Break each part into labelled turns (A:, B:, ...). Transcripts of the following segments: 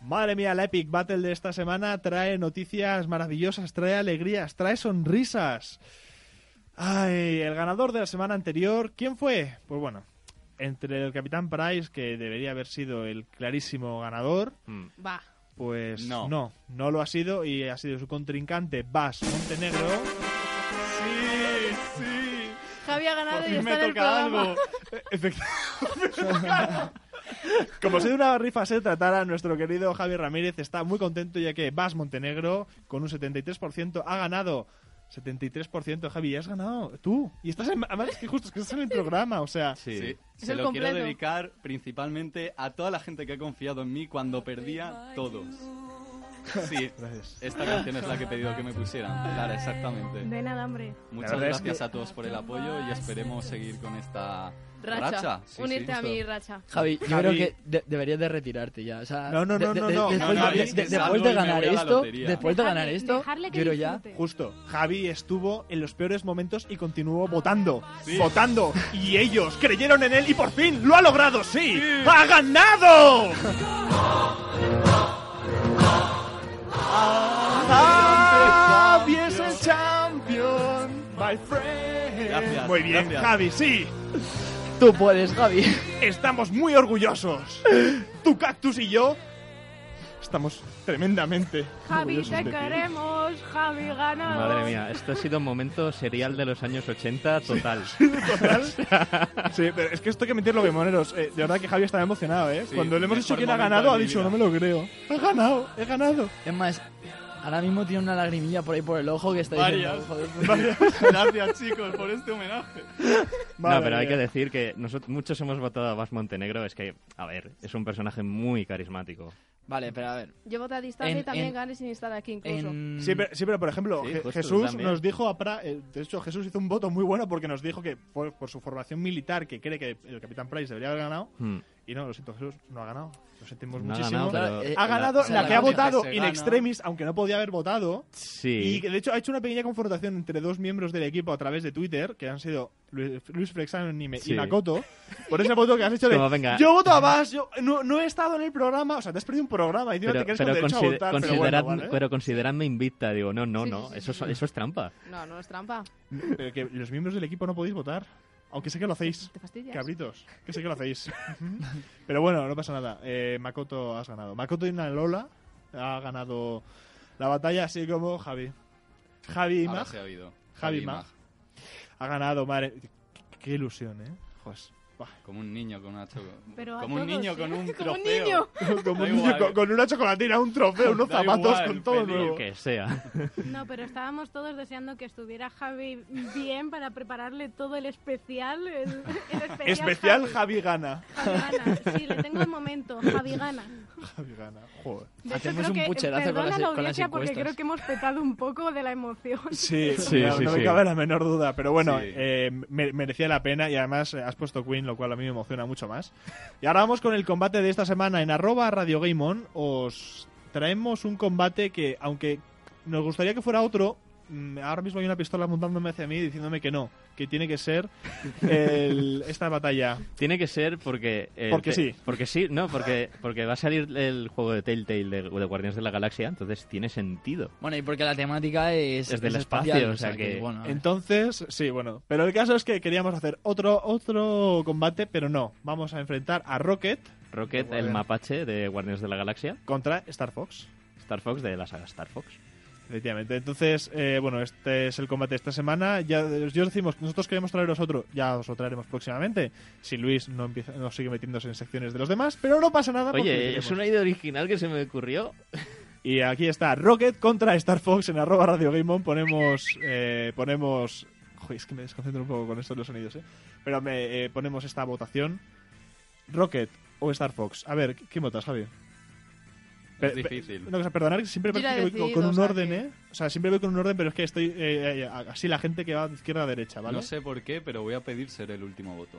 A: Madre mía, la Epic Battle de esta semana trae noticias maravillosas, trae alegrías, trae sonrisas. Ay, el ganador de la semana anterior, ¿quién fue? Pues bueno, entre el Capitán Price, que debería haber sido el clarísimo ganador,
B: Va.
A: pues no,
C: No.
A: no, lo ha sido y ha sido su contrincante Bas Montenegro. Sí, sí.
B: Javi ha ganado
A: Por
B: y
A: fin
B: está
A: me
B: en el
A: toca
B: programa.
A: algo. Efectivamente. Como si de una rifa se tratara, nuestro querido Javi Ramírez está muy contento ya que Vas Montenegro con un 73% ha ganado. 73% Javi, ¿y has ganado tú. Y estás en, además es que justo es que estás en el programa, o sea,
C: Sí.
B: Es
C: Se
B: el
C: lo
B: completo.
C: quiero dedicar principalmente a toda la gente que ha confiado en mí cuando perdía todos. Sí,
A: Gracias.
C: esta canción es la que he pedido que me pusieran. Clara, exactamente.
B: De nada, hombre.
C: Muchas
A: verdad es
C: gracias
A: que-
C: a todos por el apoyo y esperemos seguir con esta
B: Racha.
C: Sí,
B: Unirte
C: sí.
B: a mi racha.
D: Javi, yo
A: Javi.
D: creo que de- deberías de retirarte ya. O sea,
A: No, no,
D: de-
A: no,
D: de-
A: no,
D: de-
A: no,
D: Después,
A: no,
D: de-
A: es
D: de-
A: que
D: después
C: salgo y me
D: de
C: voy
D: ganar
C: a la
D: esto,
C: lotería.
D: después de ganar
E: Dejarle-
D: esto,
E: dejarle que
D: yo creo ya.
E: disfrute.
A: justo. Javi estuvo en los peores momentos y continuó votando, votando. Y ellos creyeron en él y por fin lo ha logrado, sí. ¡Ha ganado! Javi es el champion, my friend.
C: Gracias,
A: Muy bien,
C: gracias.
A: Javi, sí.
D: Tú puedes, Javi.
A: Estamos muy orgullosos. Tu cactus y yo estamos tremendamente
E: Javi,
A: orgullosos
E: te
A: de ti.
E: queremos. Javi, ganado.
F: Madre mía, esto ha sido un momento serial de los años 80 total.
A: Total. Sí, pero es que esto hay que meterlo bien, moneros. Eh, de verdad que Javi está emocionado, ¿eh?
C: Sí,
A: Cuando le hemos
C: mejor
A: dicho quién ha
C: momento
A: ganado,
C: de
A: ha
C: mi
A: dicho,
C: vida.
A: no me lo creo. He ganado, he ganado.
D: Es más, ahora mismo tiene una lagrimilla por ahí por el ojo que está diciendo,
C: Varias.
D: joder, pues.
C: Gracias, chicos, por este homenaje.
F: No, pero hay
A: mía.
F: que decir que nosotros muchos hemos votado a Bas Montenegro. Es que, a ver, es un personaje muy carismático.
D: Vale, pero a ver.
B: Yo voté a distancia
D: En-
B: y también
D: en-
B: gané sin estar aquí incluso.
D: En...
A: Sí pero, sí, pero, por ejemplo,
C: Sí,
A: Je-
C: justo,
A: Jesús
C: también.
A: nos dijo a Pra, eh, de hecho Jesús hizo un voto muy bueno porque nos dijo que por, por su formación militar que cree que el capitán Price debería haber ganado
F: Hmm.
A: y no, lo siento Jesús, no ha ganado. Lo sentimos
F: No ha
A: muchísimo.
F: ganado, pero-
D: Claro, eh,
A: ha ganado
D: la-
A: la,
D: la
A: que ha
D: única
A: votado
C: que se
A: in
C: gana.
A: extremis, aunque no podía haber votado. Y
F: Sí.
A: que, de hecho ha hecho una pequeña confrontación entre dos miembros del equipo a través de Twitter, que han sido Luis, Luis Frexanime
F: Sí.
A: y Makoto, por ese voto que has hecho de
F: Como, venga.
A: yo voto a Bas, yo no, no he estado en el programa, o sea, te has perdido un programa y encima
F: Pero,
A: te quieres
F: pero
A: con derecho
F: consider-
A: a votar, pero
F: considerad-
A: bueno, vale.
F: pero consideradme invicta. Digo, no, no,
B: Sí,
F: no.
B: sí, sí,
F: Eso, es-
B: sí.
F: eso es trampa.
B: No, no es trampa.
A: Eh, que los miembros del equipo no podéis votar, aunque sé que lo hacéis.
B: ¿Te fastidias?
A: Cabritos, que sé que lo hacéis. Pero bueno, no pasa nada. Eh, Makoto has ganado. Makoto y una Lola ha ganado la batalla, así como Javi. Javi y
C: Ahora
A: Mag
C: se ha oído.
A: Javi
C: Javi
A: Mag.
C: Mag.
A: ha ganado, madre. Qué- Qué ilusión, ¿eh? Pues,
C: Como un niño con una choco.
E: Pero a
C: Como un
E: todos,
C: niño
E: ¿eh?
C: con un
E: Como un
C: trofeo.
E: niño.
A: Como
C: Da
A: un niño
C: igual.
A: con, con una chocolatina, un trofeo, unos
C: Da
A: zapatos,
C: igual,
A: con todo
C: feliz.
A: nuevo.
F: Que sea.
E: No, pero estábamos todos deseando que estuviera Javi bien para prepararle todo el especial. El, el especial.
A: Especial
E: Javi.
A: Javi gana.
E: Javi gana. Sí, le tengo el momento. Javi gana.
A: Javi gana, joder.
E: De hecho,
D: Hacemos
E: creo
D: un
E: que,
D: pucherazo con
E: perdona
D: las- e-
E: la
D: con las
E: audiencia porque
D: encuestas.
E: creo que hemos petado un poco de la emoción.
A: Sí,
F: Sí,
A: no,
F: sí,
A: no me
F: sí.
A: cabe la menor duda. Pero bueno,
C: Sí.
A: eh, me- merecía la pena y además eh, has puesto Queen, lo cual a mí me emociona mucho más. Y ahora vamos con el combate de esta semana en arroba Radio Game On. Os traemos un combate que, aunque nos gustaría que fuera otro, mm, ahora mismo hay una pistola apuntándome hacia mí diciéndome que no, que tiene que ser el- esta batalla.
F: Tiene que ser porque... eh,
A: Porque sí.
F: Porque sí, no, porque, porque va a salir el juego de Telltale de, de Guardianes de la Galaxia, entonces tiene sentido.
D: Bueno, y porque la temática es.
F: Es del espacio,
D: espacial,
F: o sea que-
D: bueno, a ver.
A: Entonces, sí, bueno. Pero el caso es que queríamos hacer otro, otro combate, pero no. Vamos a enfrentar a Rocket
F: Rocket,
A: Guardián.
F: el mapache de Guardianes de la Galaxia,
A: contra Star Fox.
F: Star Fox de la saga Star Fox.
A: Efectivamente. Entonces, eh, bueno, este es el combate de esta semana. Ya, eh, ya os decimos, nosotros queremos traeros otro, ya os lo traeremos próximamente. Si Luis no, empieza, no sigue metiéndose en secciones de los demás, pero no pasa nada. porque
F: Oye,
A: queremos.
F: es una idea original que se me ocurrió.
A: Y aquí está Rocket contra Star Fox en arroba Radio Game On. Ponemos. eh, ponemos. Joder, es que me desconcentro un poco con estos los sonidos, eh. Pero me, eh, ponemos esta votación. Rocket o Star Fox. A ver, ¿quién votas, Javi? Pe-
C: Es
A: pe-
C: difícil.
A: Una cosa, perdonar, que siempre
B: Yo ya
A: parece que voy con-
B: decidí,
A: con
B: o
A: un
B: sea
A: orden,
B: que-
A: ¿eh? O sea, siempre voy con un orden, pero es que estoy eh, eh, así la gente que va de izquierda a derecha, ¿vale?
C: No sé por qué, pero voy a pedir ser el último voto.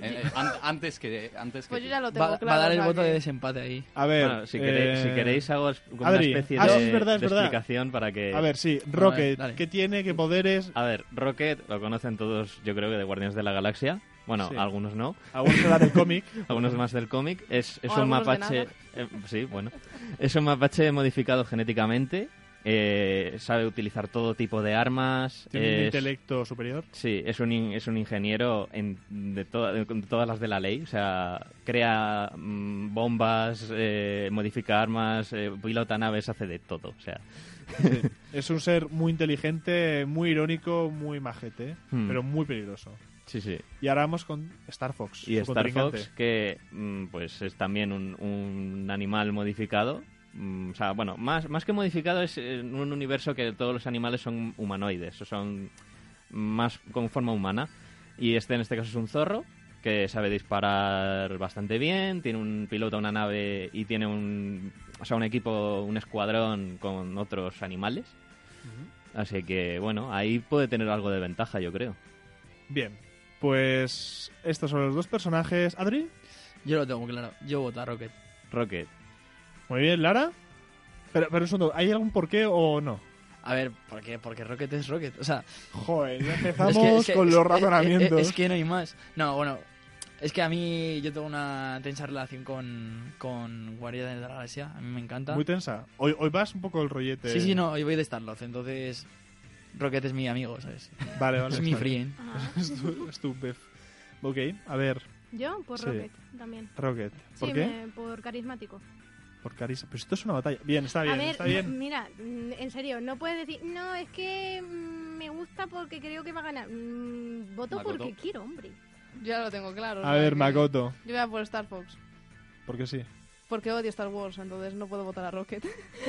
C: Eh, eh, an- antes que... Antes que
B: Pues yo
C: tú.
B: ya lo tengo
D: Va, va
B: claro.
D: a dar el
B: o sea
D: voto
B: que-
D: de desempate ahí.
A: A ver,
F: Bueno, si, queréis,
A: eh,
F: si queréis eh, hago es- como
A: Adri.
F: una especie
A: Ah,
F: de,
A: sí, es verdad, es
F: de
A: verdad.
F: explicación para que...
A: a ver, sí, Rocket,
D: dale.
A: ¿qué tiene? ¿Qué poderes?
F: A ver, Rocket lo conocen todos, yo creo que de Guardianes de la Galaxia. Bueno,
A: Sí.
F: algunos no,
A: Aún será del cómic.
F: algunos más del cómic. Es, es
B: O
F: un
B: algunos de
F: mapache... eh, sí, bueno. Es un mapache modificado genéticamente. eh, sabe utilizar todo tipo de armas.
A: Tiene un
F: es-
A: intelecto superior.
F: Sí, es un, in- es un ingeniero en, de, to- de- con todas las de la ley. O sea, crea mm, bombas, eh, modifica armas, eh, pilota naves, hace de todo. O sea,
A: Es un ser muy inteligente, muy irónico, muy majete, ¿eh?
F: Hmm.
A: pero muy peligroso.
F: sí, sí.
A: Y ahora vamos con Star Fox.
F: Y
A: su
F: Star
A: contrincante.
F: Fox, que mm, pues es también un, un animal modificado. Mm, O sea, bueno, más, más que modificado es eh, en un universo que todos los animales son humanoides, o son más con forma humana. Y este en este caso es un zorro que sabe disparar bastante bien, tiene un piloto, una nave y tiene un, o sea, un equipo, un escuadrón con otros animales. Así que bueno, ahí puede tener algo de ventaja, yo creo.
A: Bien, pues estos son los dos personajes. Adri,
D: Yo lo tengo claro. Yo voto a Rocket.
F: Rocket.
A: muy bien, Lara. Pero, pero un segundo, ¿hay algún porqué o no?
D: A ver, ¿por qué? Porque Rocket es Rocket. O sea,
A: Joder, ya
D: es
A: empezamos
D: que- es que-
A: con
D: es-
A: los
D: es-
A: razonamientos.
D: Es, es que no hay más. No, bueno, es que a mí yo tengo una tensa relación con, con Guardianes de la Galaxia. A mí me encanta.
A: Muy tensa. Hoy, hoy vas un poco el rollete.
D: Sí, sí, no, hoy voy de Starlord, entonces Rocket es mi amigo, ¿sabes?
A: Vale, vale.
D: es mi
A: está bien.
D: friend.
E: Ajá.
A: Es tu- es tu bef. Ok, a ver,
E: Yo, por
A: Sí.
E: Rocket también.
A: Rocket. ¿Por
E: sí,
A: qué?
E: me- por carismático.
A: Por Carissa. Pero esto es una batalla. Bien, está bien,
E: a ver,
A: está bien.
E: m- mira, mm, en serio, no puedes decir, no, es que mm, me gusta porque creo que va a ganar. Mm, voto
C: Makoto.
E: porque quiero, hombre.
B: Yo ya lo tengo claro. o
A: A
B: sea
A: ver,
B: que-
A: Makoto.
B: Yo voy a por Star Fox.
A: Porque sí.
B: Porque odio Star Wars, entonces no puedo votar a Rocket.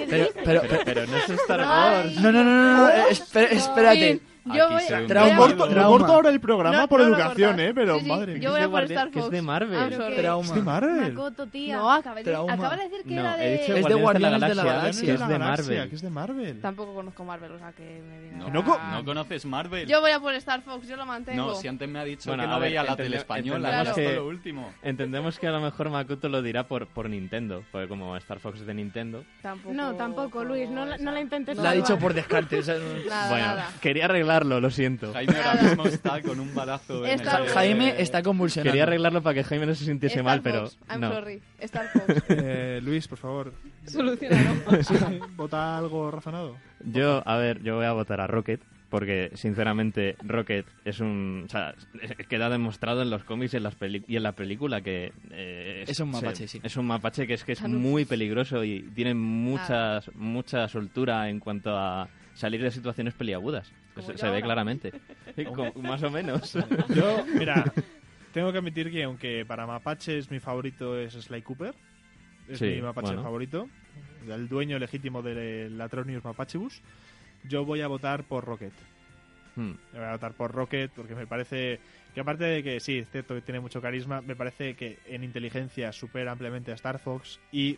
D: Pero, pero,
F: Pero, pero no es Star Wars.
B: Ay.
D: no, no, no, no, no, eh, espera- espérate.
B: Yo
C: Aquí
B: voy-
C: se hunde.
D: Trauma.
A: Lo corto,
D: Trauma.
A: lo corto ahora el programa
B: No,
A: por
B: no lo
A: educación,
B: cortas.
A: ¿eh? Pero
B: Sí, sí,
A: madre
B: Yo
A: mía.
B: voy a por
F: Guardi-
B: Star
F: que es
B: Fox. Ah,
F: de Marvel.
B: I'm sorry.
A: Es de
D: Trauma.
A: Marvel.
E: Makoto, tía.
B: No, acabé de...
D: Trauma.
E: Acaba de decir que
F: No,
E: era
F: he
E: de.
F: dicho
D: Es de
F: Guardianes
D: Guardianes de la
A: Guardianes
F: que
D: Galaxia.
F: es de
A: Galaxia,
F: Marvel.
A: Que es de Marvel.
B: Tampoco conozco Marvel, o sea que me viene
C: No,
B: a-
A: No co-
C: no conoces Marvel.
B: Yo voy a por Star Fox, yo lo mantengo.
C: no, si antes me ha dicho
F: Bueno,
C: que
F: a
C: no
F: ver,
C: veía la
F: entende-
C: tele española.
B: entendemos
C: esto es
F: que-
C: lo último.
F: Entendemos que a lo mejor Makoto lo dirá por, por Nintendo, porque como Star Fox es de Nintendo.
B: Tampoco,
E: No, tampoco, Luis, no la- no la intentes
D: La ha
E: Nada.
D: dicho por descarte. o sea,
B: Nada,
F: bueno,
B: nada.
F: quería arreglarlo, lo siento.
C: Jaime ahora mismo está con un balazo en el-
B: Está-
D: Jaime está convulsionando.
F: Quería arreglarlo para que Jaime no se sintiese
B: Star
F: mal,
B: Fox,
F: pero
B: I'm
F: no.
B: sorry. Star Fox.
A: Eh, Luis, por favor,
B: Solucionalo.
A: sí, vota algo razonado.
F: Yo, a ver, yo voy a votar a Rocket. Porque, sinceramente, Rocket es un... O sea, es- queda demostrado en los cómics y en, las peli- y en la película que... eh,
D: Es un
F: se-
D: mapache, sí.
F: Es un mapache que es, que es
B: Salud. Ah.
F: muy peligroso y tiene muchas, mucha soltura en cuanto a salir de situaciones peliagudas.
B: Como
F: Se,
B: yo
F: se ve
B: ahora.
F: claramente. Sí, como- más o menos.
A: Yo, mira, tengo que admitir que aunque para mapaches mi favorito es Sly Cooper, es
F: Sí,
A: mi mapache
F: bueno.
A: favorito, el dueño legítimo del Latronius Mapachibus, yo voy a votar por Rocket.
F: Hmm.
A: Yo voy a votar por Rocket porque me parece que aparte de que sí, es cierto que tiene mucho carisma, me parece que en inteligencia supera ampliamente a Star Fox y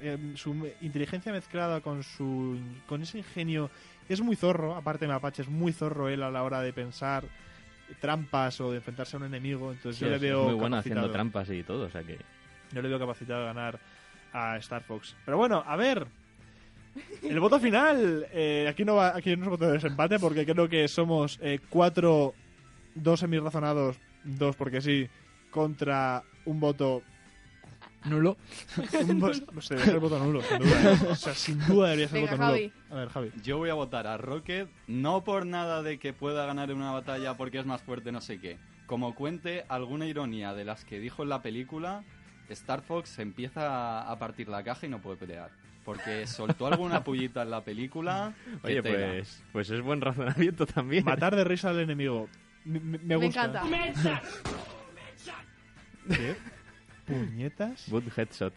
A: eh, su me- inteligencia mezclada con su con ese ingenio es muy zorro, aparte Mapache es muy zorro él a la hora de pensar trampas o de enfrentarse a un enemigo, entonces
F: Sí,
A: yo le
F: es- es
A: veo
F: muy bueno haciendo
A: capacitado.
F: trampas y todo, o sea que...
A: Yo le veo capacitado a ganar a Star Fox. Pero bueno, a ver. El voto final. eh, aquí no va, aquí no es voto de desempate porque creo que somos eh, cuatro, dos semi-razonados, dos porque sí, contra un voto.
D: Nulo.
A: Un vo- pues debería ser voto nulo, sin duda. ¿eh? O sea, sin duda debería ser
B: Venga,
A: voto nulo.
B: Javi.
A: A ver, Javi.
C: Yo voy a votar a Rocket, no por nada de que pueda ganar en una batalla porque es más fuerte, no sé qué. Como cuente alguna ironía de las que dijo en la película, Star Fox empieza a- a partir la caja y no puede pelear. Porque soltó alguna pullita en la película. que
F: Oye,
C: tela.
F: pues, pues es buen razonamiento también.
A: Matar de risa al enemigo. Me, me- me
B: Me
A: gusta.
B: encanta.
A: ¿Qué? ¿Puñetas?
F: Good headshot.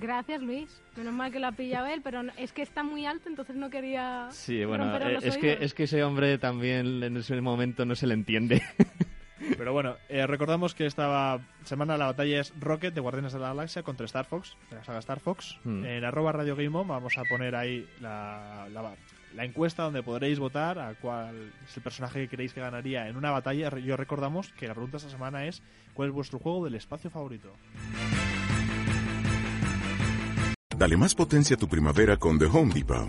E: Gracias, Luis. Menos mal que lo ha pillado él, pero no- es que está muy alto, entonces no quería.
F: Sí, bueno,
E: romperos
F: eh,
E: los
F: es que,
E: oídos.
F: es que ese hombre también en ese momento no se le entiende.
A: Pero bueno, eh, recordamos que esta semana la batalla es Rocket de Guardianes de la Galaxia contra Star Fox, de la saga Star Fox.
F: Mm.
A: En arroba Radio Game On vamos a poner ahí la, la- la encuesta donde podréis votar a cuál es el personaje que creéis que ganaría en una batalla. Yo recordamos que la pregunta esta semana es ¿cuál es vuestro juego del espacio favorito?
G: Dale más potencia a tu primavera con The Home Depot.